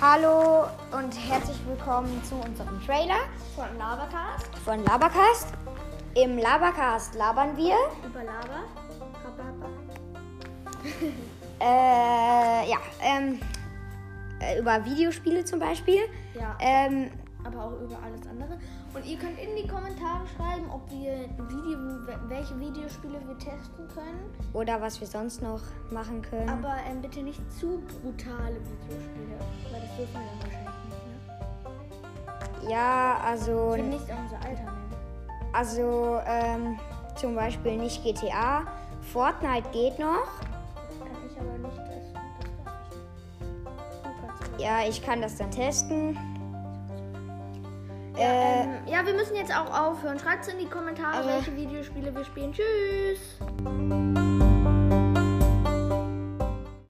Hallo und herzlich willkommen zu unserem Trailer Von Labercast von Labercast. Im Labercast labern wir. über Laber. Hoppa, hoppa. Äh, ja, ähm, äh, über Videospiele zum Beispiel. Ja, Ähm, aber auch über alles andere. Und ihr könnt in die Kommentare schreiben, ob wir Video, welche Videospiele wir testen können. oder was wir sonst noch machen können. Aber ähm, bitte nicht zu brutale Videospiele, weil das dürfen wir dann wahrscheinlich nicht. Ne? ja, also, Wir nicht an unser Alter nehmen. also ähm, zum Beispiel nicht GTA. Fortnite geht noch. Das kann ich aber nicht testen. Das darf ich nicht. Du kannst aber- Ja, ich kann das dann testen. Ja, äh, ähm, ja, wir müssen jetzt auch aufhören. Schreibt in die Kommentare, aber- welche Videospiele wir spielen. Tschüss!